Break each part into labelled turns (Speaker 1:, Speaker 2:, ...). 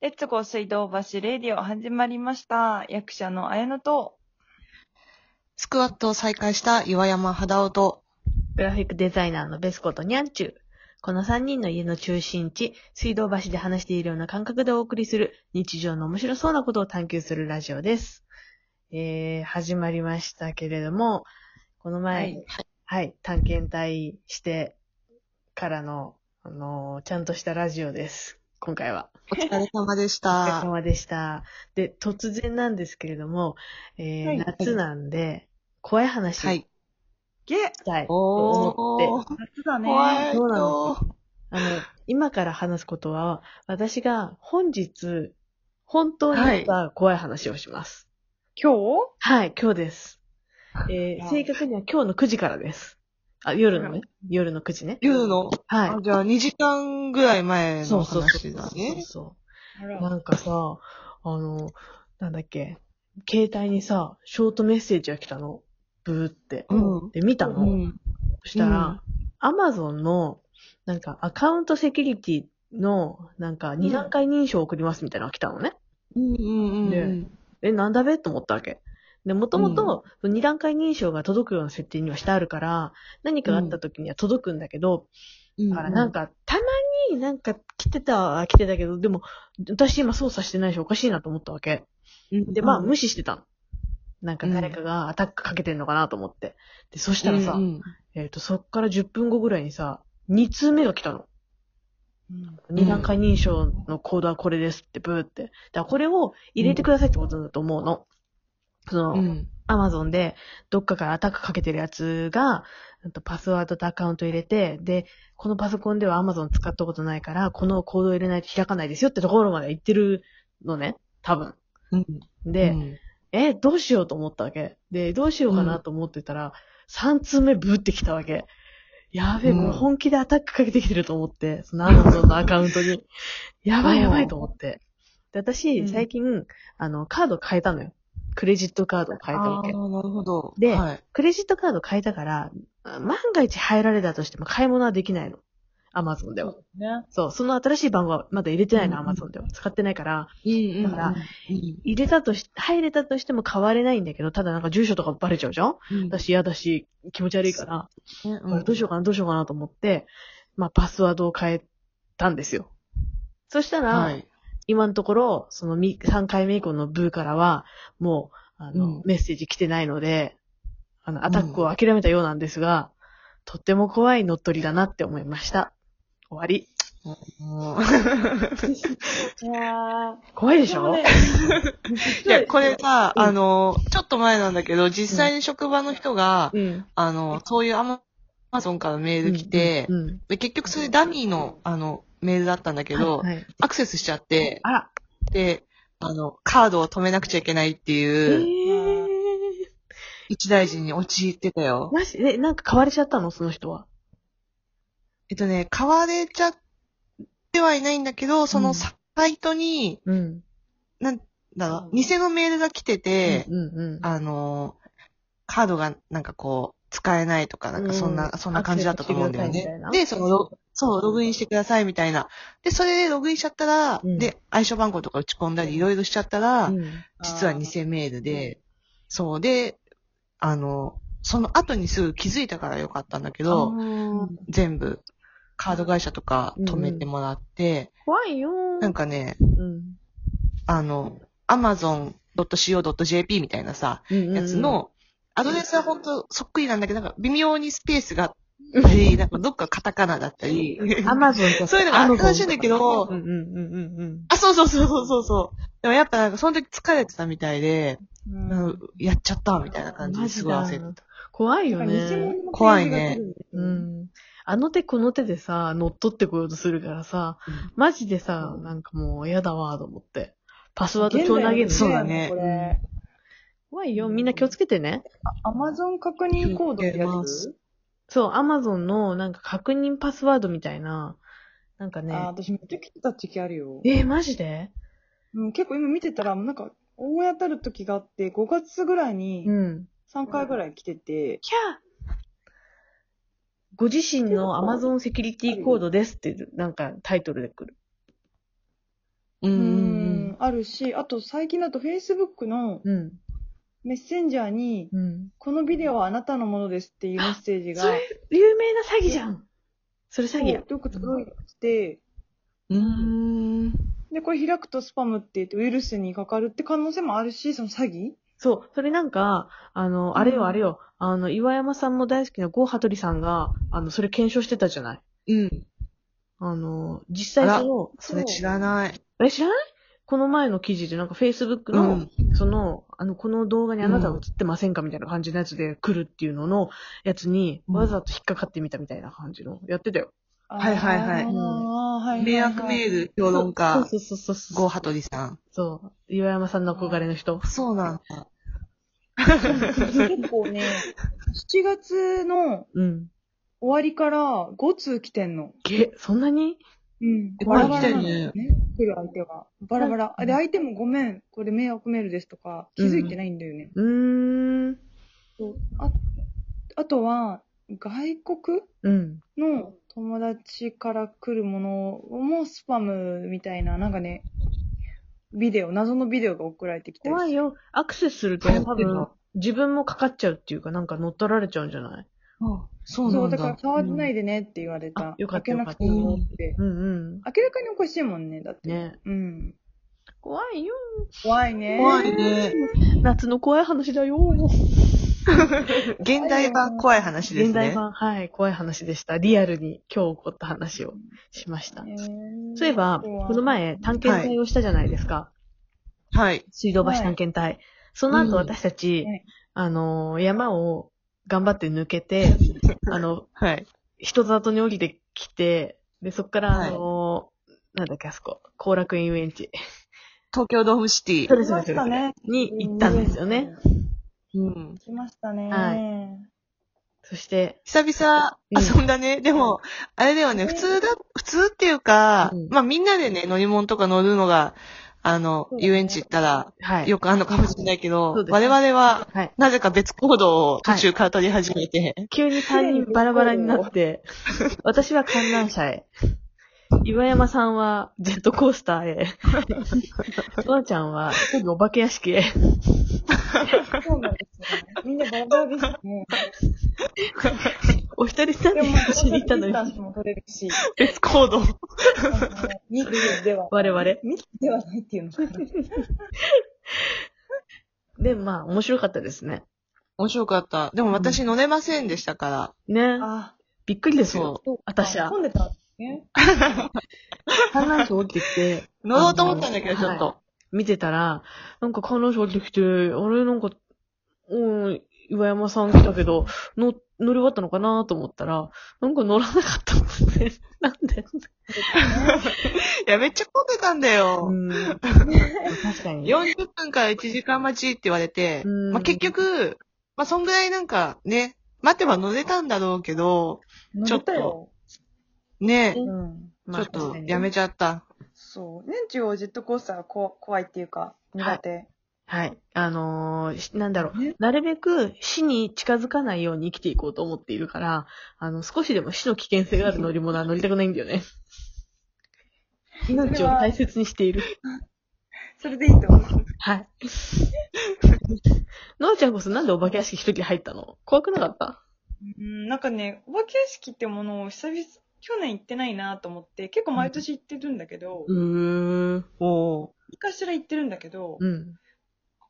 Speaker 1: レッツゴー水道橋レディオ始まりました。役者の綾乃と、
Speaker 2: スクワットを再開した岩山肌男と、
Speaker 3: グラフィックデザイナーのベスコとニャンチュー。この3人の家の中心地、水道橋で話しているような感覚でお送りする日常の面白そうなことを探求するラジオです。えー、始まりましたけれども、この前、
Speaker 1: は
Speaker 3: はいい、探検隊してからの、あのーちゃんとしたラジオです。今回は。
Speaker 2: お疲れ様でし
Speaker 3: お疲れ
Speaker 2: た。
Speaker 3: 様でした。で、突然なんですけれども、えー
Speaker 1: はい
Speaker 3: 夏なんで、怖い話
Speaker 2: は
Speaker 3: し
Speaker 2: い。
Speaker 1: ゲ
Speaker 3: たいと思って、
Speaker 2: おー。
Speaker 1: 夏だね。
Speaker 2: 怖い
Speaker 3: そうな
Speaker 2: よ
Speaker 3: の。あの、今から話すことは、私が本日、本当にあった怖い話をします。
Speaker 1: 今
Speaker 3: はい、今日です。え
Speaker 1: はい
Speaker 3: ー、正確には今日の9時からです。あ、夜の
Speaker 1: う
Speaker 3: ね。夜の9時ね。
Speaker 2: 夜の、
Speaker 3: はい
Speaker 2: あ。じゃあ2時間ぐらい前
Speaker 3: そ
Speaker 2: の
Speaker 3: うそうそ
Speaker 2: 話
Speaker 3: うそう
Speaker 2: だ
Speaker 3: そう
Speaker 2: ね。
Speaker 3: そ
Speaker 1: 日あ
Speaker 3: う。
Speaker 1: ら
Speaker 3: なんかさ、あの、なんだっけ、携帯にさ、ショートメッセージが来たの。ブーって。
Speaker 2: うん。
Speaker 3: で、見た
Speaker 2: う
Speaker 3: の。
Speaker 2: ん。
Speaker 3: そしたら、アマゾンの、なんか、アカウントセキュリティの、なんか、
Speaker 1: ん
Speaker 3: 二段階認証を送りますみたいなのが来たのね。
Speaker 2: うんうんうんう
Speaker 3: で
Speaker 2: ん。
Speaker 3: え、なんだべと思ったわけ。で、もともと、二段階認証が届くような設定にはしてあるから、何かがあった時には届くんだけど、
Speaker 2: うん
Speaker 3: だからなんか、たまになんか来てたは来てたけど、でも、私今操作してないしおかしいなと思ったわけ。
Speaker 2: うん
Speaker 3: で、まあ、無視してたの。なんか誰かがアタックかけてんのかなと思って。で、そしたらさ、
Speaker 2: うん
Speaker 3: えっ、と、そっから10分後ぐらいにさ、2通目が来たの。
Speaker 1: うん
Speaker 3: 二段階認証のコードはこれですって、ブーって。だからこれを入れてくださいってことだと思うの。その、
Speaker 2: うんうん。
Speaker 3: アマゾンでどっかからアタックかけてるやつが、うんとパスワードとアカウント入れて、で、このパソコンではアマゾン使ったことないから、このコード入れないと開かないですよってところまで行ってるのね。多分。
Speaker 2: うん。
Speaker 3: で、
Speaker 2: うん
Speaker 3: え、どうしようと思ったわけ。で、どうしようかなと思ってたら、3通目ブーってきたわけ。やべえ、
Speaker 2: うん
Speaker 3: これ本気でアタックかけてきてると思って、そのアマゾンのアカウン トに。やばいやばいと思って。
Speaker 1: うん
Speaker 3: で、私、最近、あの、カード変えたのよ。クレジットカード変えた
Speaker 2: あ
Speaker 3: わ
Speaker 2: ー
Speaker 3: け。
Speaker 2: なるほど。
Speaker 3: で
Speaker 2: はい。
Speaker 3: クレジットカード変えたから、あ万が一入られたとしても買い物はできないの。アマゾンでは。
Speaker 1: ね。
Speaker 3: そう、その新しい番号はまだ入れてないの、
Speaker 2: うん
Speaker 3: ア
Speaker 2: うん
Speaker 3: マゾンでは。使ってないから、
Speaker 2: うんうん。
Speaker 3: だから
Speaker 2: うん、
Speaker 3: 入れたとし、入れたとしても変われないんだけど、ただなんか住所とかバレちゃうじゃん
Speaker 2: うん
Speaker 3: だし嫌だし、気持ち悪いから、
Speaker 2: う
Speaker 3: あれどうしようかな、どうしようかなと思って、まあ、パスワードを変えたんですよ。そしたら、
Speaker 2: はい。
Speaker 3: 今のところ、そのみ3回目以降のブーからは、もう、あの、
Speaker 2: うん
Speaker 3: メッセージ来てないので、あの、アタックを諦めたようなんですが、とっても怖い乗っ取りだなって思いました。終わり。
Speaker 2: もう
Speaker 1: いや
Speaker 3: 怖い
Speaker 1: で
Speaker 3: でし ょ、
Speaker 2: いや、これさ、
Speaker 3: うん
Speaker 2: あの、ちょっと前なんだけど、実際に職場の人が、
Speaker 3: うん。
Speaker 2: あの、そういうアマゾンからメール来て、
Speaker 3: うん。うん
Speaker 2: で結局それダミーの、あの、メールだったんだけど、
Speaker 3: はいはい
Speaker 2: アクセスしちゃって、
Speaker 3: あら。
Speaker 2: で、あの、カードを止めなくちゃいけないっていう、
Speaker 3: ー
Speaker 2: 一大事に陥ってたよ。
Speaker 3: マジえ、なんか買われちゃったのその人は。
Speaker 2: えっとね、買われちゃってはいないんだけど、そうの
Speaker 3: ん
Speaker 2: サイトに、
Speaker 3: うん。
Speaker 2: なんだろう、偽のメールが来てて、
Speaker 3: うんうん。
Speaker 2: あの、カードがなんかこう、使えないとか、なんかそんな、
Speaker 3: うん
Speaker 2: そんな感じだったと思うんだよ
Speaker 3: アクセスしてくださいみ
Speaker 2: ね
Speaker 3: たいな。
Speaker 2: で、そのロ、そう、ログインしてくださいみたいな。で、それでログインしちゃったら、
Speaker 3: うん
Speaker 2: で、暗証番号とか打ち込んだりいろいろしちゃったら、
Speaker 3: うん
Speaker 2: 実は偽メールで、そうで、あの、その後にすぐ気づいたからよかったんだけど、全部、カード会社とか止めてもらって、
Speaker 3: 怖いよー
Speaker 2: なんかね、
Speaker 3: うん。
Speaker 2: あの、amazon.co.jp みたいなさ、やつの、アドレスは本当そっくりなんだけど、なんか微妙にスペースがあったり、なんかどっかカタカナだったり、
Speaker 3: アマゾンと か
Speaker 2: そういうのがあったらしいんだけど
Speaker 3: うんうんうんうんうん。
Speaker 2: あ、そうそうそうそうそうそう。でもやっぱなんかその時疲れてたみたいで、
Speaker 1: うん
Speaker 2: うんやっちゃったみたいな感じですごい焦ってた。
Speaker 3: 怖い
Speaker 1: な
Speaker 3: よ
Speaker 1: んか偽物
Speaker 3: ね。
Speaker 1: の
Speaker 2: 怖いね
Speaker 3: う
Speaker 1: うん
Speaker 3: ん。あの手この手でさ、乗っ取ってこようとするからさ、マジでさ、
Speaker 2: うん
Speaker 3: なんかもう嫌だわと思って。パスワード
Speaker 1: 現代
Speaker 3: 今日投げる
Speaker 1: の
Speaker 3: の
Speaker 2: そうだね
Speaker 1: これ、
Speaker 3: 怖いよ。みんな気をつけてね。
Speaker 1: アマゾン確認コードってやつ
Speaker 3: そう、アマゾンのなんか確認パスワードみたいな、なんか
Speaker 1: あ
Speaker 3: ね
Speaker 1: ー、私めっちゃ来てた時期あるよ。
Speaker 3: えー、マジで
Speaker 1: うん結構今見てたら、なんか、思い当たる時があって、5月ぐらいに
Speaker 3: うん。
Speaker 1: 3回ぐらい来てて、
Speaker 3: キャーご自身の Amazon セキュリティコードですって、なんかタイトルで来る。
Speaker 2: うん
Speaker 1: うあるし、あと最近だと Facebook の
Speaker 3: うん。
Speaker 1: メッセンジャーに、
Speaker 3: うん。
Speaker 1: このビデオはあなたのものですっていうメッセージが
Speaker 3: そ、れ、有名な詐欺じゃん。それ詐欺や。
Speaker 1: よく届いて、
Speaker 2: うん。
Speaker 1: で、これ開くとスパムって言ってウイルスにかかるって可能性もあるし、その詐欺
Speaker 3: そう。それなんか、あの、あれよあれよ。あの、岩山さんも大好きなゴーハトリさんが、あの、それ検証してたじゃない。
Speaker 2: うん。
Speaker 3: あの、実際その、
Speaker 2: それ知らない。
Speaker 3: え、知らないこの前の記事でなんか Facebook
Speaker 2: う
Speaker 3: の、
Speaker 2: ん。
Speaker 3: その、あの、この動画にあなたは映ってませんかみたいな感じのやつで来るっていうののやつに、
Speaker 2: うん
Speaker 3: わざと引っかかってみたみたいな感じの、やってたよ。
Speaker 2: はいはいはい
Speaker 1: あー
Speaker 3: うん
Speaker 1: はいはいはい。
Speaker 2: 迷惑メール評論家、
Speaker 3: そうそうそうそうそ
Speaker 2: ゴー
Speaker 3: う。
Speaker 2: ハトリさん。
Speaker 3: そう。岩山さんの憧れの人。
Speaker 2: そうなんだ。
Speaker 1: 結構ね、7月の
Speaker 3: うん。
Speaker 1: 終わりから5通来てんの。
Speaker 3: げ、そんなに
Speaker 1: うん。
Speaker 2: え
Speaker 1: バラバラなの
Speaker 2: これ来
Speaker 1: ね。来る相手が。バラバラ。
Speaker 3: うん
Speaker 1: で、相手もごめん、これ迷惑メールですとか、気づいてないんだよね。
Speaker 3: うーん。
Speaker 1: ああとは、外国
Speaker 3: うん。
Speaker 1: の友達から来るものもスパムみたいな、なんかね、ビデオ、謎のビデオが送られてきたり
Speaker 3: 怖いよ。アクセスすると
Speaker 2: 流行
Speaker 3: 多
Speaker 2: ってんの
Speaker 3: 分、自分もかかっちゃうっていうか、なんか乗っ取られちゃうんじゃない
Speaker 2: あそう
Speaker 1: そ
Speaker 2: な
Speaker 1: う、
Speaker 2: ん
Speaker 1: だから
Speaker 2: だ。
Speaker 1: 触らないでねって言われ
Speaker 3: うん
Speaker 1: た
Speaker 3: あ。よかった
Speaker 1: 開けなくてもって。
Speaker 3: うんうん。
Speaker 1: 明らかにおかしいもんね、だって。
Speaker 3: ね。
Speaker 1: うん。
Speaker 3: 怖いよ。
Speaker 1: 怖いね。
Speaker 2: 怖いね。
Speaker 3: 夏の怖い話だよ。
Speaker 2: 現代版怖い話ですね。
Speaker 3: 現代版、はい、怖い話でした。リアルに今日起こった話をしました。そういえば、この前、探検隊をしたじゃないですか。
Speaker 2: はい。
Speaker 3: 水道橋探検隊。その
Speaker 2: うん
Speaker 3: 後私たち、
Speaker 1: はい
Speaker 3: あのー、山を頑張って抜け て、あの、
Speaker 2: はい。
Speaker 3: 人里に降りてきて、で、そっから、
Speaker 2: は
Speaker 3: あ
Speaker 2: い
Speaker 3: のー、なんだっけ、あそこ、後楽園遊園地
Speaker 2: 東京ドームシティ
Speaker 3: そ。れ
Speaker 1: 来
Speaker 3: それ
Speaker 1: ま
Speaker 3: そ
Speaker 1: し
Speaker 3: れ
Speaker 1: た
Speaker 3: それ
Speaker 1: ね。
Speaker 3: に行ったんですよね。。
Speaker 2: うん。
Speaker 1: 来ましたね。
Speaker 3: はそして、
Speaker 2: 久々遊んだね。でも、あれだよね、
Speaker 1: うん
Speaker 2: 普通だ、普通っていうか、
Speaker 3: うん
Speaker 2: まあみんなでね、乗り物とか乗るのが、あの、
Speaker 1: そうだね
Speaker 2: 遊園地行ったら、
Speaker 3: はい。
Speaker 2: よくあるのかもしれないけど、
Speaker 3: そうです
Speaker 2: 我
Speaker 3: ね
Speaker 2: 々は、
Speaker 3: はい。
Speaker 2: なぜか別行動を途中から取り始めて、
Speaker 3: 急に3人バラバラになって、私は観覧車へ。岩山さんはジェットコースターへ。とわちゃんはすぐお化け屋敷へ。
Speaker 1: そうなんですよね。みんなバラバラでしたね。
Speaker 3: お一人さん
Speaker 1: で
Speaker 3: で
Speaker 1: も、
Speaker 3: 一緒に行ったの
Speaker 1: ディスタン
Speaker 3: に、
Speaker 1: スも取れるし、
Speaker 2: 別行動。
Speaker 1: あの密では、
Speaker 3: 我々。
Speaker 1: 密ではないっていうのかな。
Speaker 3: で、まあ、面白かったですね。
Speaker 2: 面白かった。でも私乗れませんでしたから。
Speaker 3: ね。
Speaker 1: あ、
Speaker 3: びっくりです
Speaker 2: そ
Speaker 3: よ。
Speaker 1: そうか
Speaker 3: 私は
Speaker 1: 混んでたんです ね。
Speaker 3: 観覧車降りてきて、
Speaker 2: 乗ろうと思ったんだけど、ちょっと。
Speaker 3: 見てたら、なんか観覧車降りてきて、あれ、なんか、うん、岩山さん来たけど、の乗り終わったのかなと思ったら、なんか乗らなかったんですね。 なんで
Speaker 2: いや、めっちゃ混んでたんだ
Speaker 3: う
Speaker 2: よ。
Speaker 3: ん。確かに。
Speaker 2: 40分から1時間待ちって言われて、
Speaker 3: うん
Speaker 2: まあ結局、まあそんぐらいなんかね、待てば乗れたんだろうけど、ちょっ
Speaker 1: 乗れ
Speaker 2: と
Speaker 1: たよ。
Speaker 2: ね、
Speaker 1: うん。
Speaker 2: ちょっとやめ
Speaker 3: ち
Speaker 2: ちゃった。
Speaker 1: そう。年中はジェットコースターがこ怖いっていうか、苦手。
Speaker 3: ゃはい。あのーしなんだろう
Speaker 1: ね。
Speaker 3: なるべく死に近づかないように生きていこうと思っているから、あの、少しでも死の危険性がある乗り物は乗りたくないんだよね。命を大切にしている。
Speaker 1: それでいいと思う。
Speaker 3: はい。 のあちゃんこそなんでお化け屋敷一人で入ったの怖くなかった
Speaker 1: うん、なんかね、お化け屋敷ってものを久々、去年行ってないなと思って、結構毎年行ってるんだけど、
Speaker 3: うん。
Speaker 2: おー
Speaker 1: 一回しら行ってるんだけど、
Speaker 3: うん。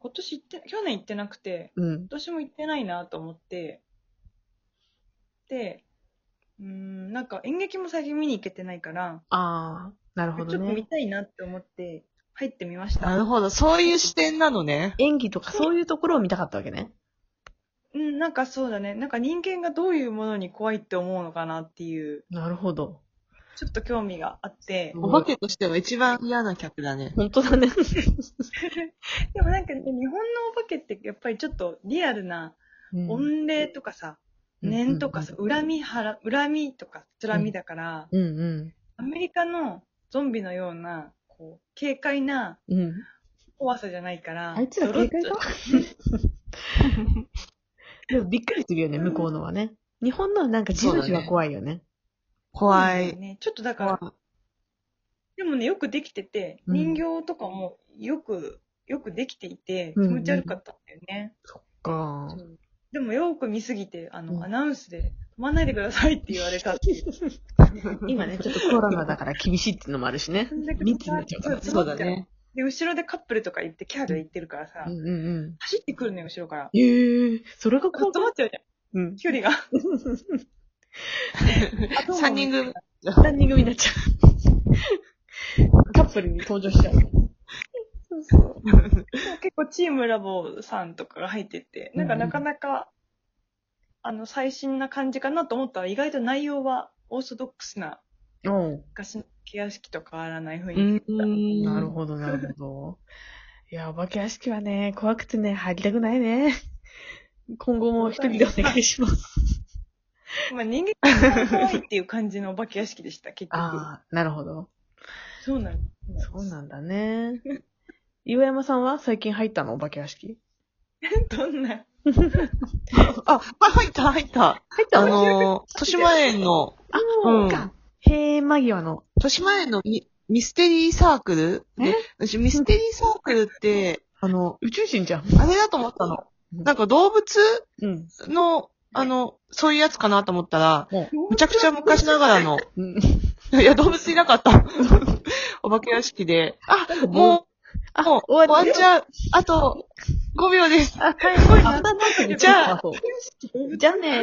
Speaker 1: 今年行って、去年行ってなくて、
Speaker 3: うん。
Speaker 1: 今年も行ってないなと思って、で、うん、なんか演劇も最近見に行けてないから、
Speaker 3: ああ、なるほ
Speaker 1: ち
Speaker 3: ど
Speaker 1: ょっと見
Speaker 3: ね。
Speaker 1: たいなって思って、入ってみました。
Speaker 2: なるほど。そういう視点なのね。
Speaker 3: 演技とかそういうところを見たかったわけね。
Speaker 1: うん、なんかそうだね。なんか人間がどういうものに怖いって思うのかなっていう、
Speaker 3: なるほど。
Speaker 1: ちょっと興味があって。
Speaker 2: お化けとしては一番嫌な客だね。
Speaker 3: 本当だね。
Speaker 1: でもなんかね、日本のお化けってやっぱりちょっとリアルな、
Speaker 3: うん。
Speaker 1: 怨霊とかさ、
Speaker 3: うん
Speaker 1: 念とかさ、恨みはら、恨みとか、つらみだから、
Speaker 3: うん
Speaker 1: アメリカのゾンビのような、こう、軽快な
Speaker 3: うん。うん。
Speaker 1: 怖さじゃないから、
Speaker 3: あいつら
Speaker 1: ドロッ
Speaker 3: 警
Speaker 1: と
Speaker 3: 戒 かでもびっくりするよね、向こうのはね。日本のはなんかじわじわ怖いよね。
Speaker 2: 怖
Speaker 1: そうなんだよ
Speaker 2: い。
Speaker 1: ね。ちょっとだから
Speaker 2: 怖、い
Speaker 1: でもね、よくできてて、
Speaker 3: うん
Speaker 1: 人形とかもよく、よくできていて、
Speaker 3: うん
Speaker 1: 気持ち悪かったんだよね。
Speaker 3: か
Speaker 1: そうでもよく見すぎて、あの、
Speaker 3: うん
Speaker 1: アナウンスで、止まんないでくださいって言われ たっていう。
Speaker 3: 今ね、ちょっとコロナだから厳しいっていうのもあるしね。密になっちゃうか ら
Speaker 2: そうだね。
Speaker 1: で、後ろでカップルとか言って、キャーで言ってるからさ、
Speaker 3: うんうんうん。
Speaker 1: 走ってくるのよ、後ろから。
Speaker 3: ええそれ
Speaker 1: 止
Speaker 3: が怖かっ
Speaker 1: まっちゃうじゃん、
Speaker 3: た。うん。
Speaker 1: 距離 が。
Speaker 2: 3人組。
Speaker 3: 3人組になっちゃう。カップルに登場しちゃう。
Speaker 1: そうそう。結構チームラボさんとかが入ってて、なんか
Speaker 3: うんうん
Speaker 1: なかなか、あの、最新な感じかなと思ったら、意外と内容はオーソドックスな、
Speaker 3: うん。
Speaker 1: 昔のケア式と変わらない雰囲気。
Speaker 2: ん
Speaker 3: なるほど、なるほど。いや、お化け屋敷はね、怖くてね、入りたくないね。今後も一人でお願いします。
Speaker 1: まあ人間が怖いっていう感じのお化け屋敷でした、結局。
Speaker 3: ああ、なるほど。
Speaker 1: そうなの。
Speaker 3: そうなんだね。岩山さんは最近入ったのお化け屋敷
Speaker 1: どんな。
Speaker 2: あ、あ入った、入った。
Speaker 3: 入っ
Speaker 2: あ のー、豊島園の、
Speaker 3: あ、
Speaker 2: う
Speaker 3: そ
Speaker 2: ん
Speaker 3: うか。閉間際の。
Speaker 2: 豊島園のミミステリーサークル
Speaker 3: え
Speaker 2: で、私ミステリーサークルって、あの、
Speaker 3: 宇宙人じゃん。
Speaker 2: あれだと思ったの。なんか動物
Speaker 3: うん。
Speaker 2: の、あの、そういうやつかなと思ったら、
Speaker 3: も
Speaker 2: むちゃくちゃ昔ながらの、
Speaker 3: う。うん
Speaker 2: いや、動物いなかった。 お化け屋敷で。あ、もう、
Speaker 3: あ
Speaker 2: もう、
Speaker 3: 終
Speaker 2: 終
Speaker 3: わ
Speaker 2: わ
Speaker 3: り
Speaker 2: っちゃう。あと、5秒です。
Speaker 3: あ、はい、
Speaker 1: あ
Speaker 3: じゃあ、
Speaker 1: そう
Speaker 3: じゃあね。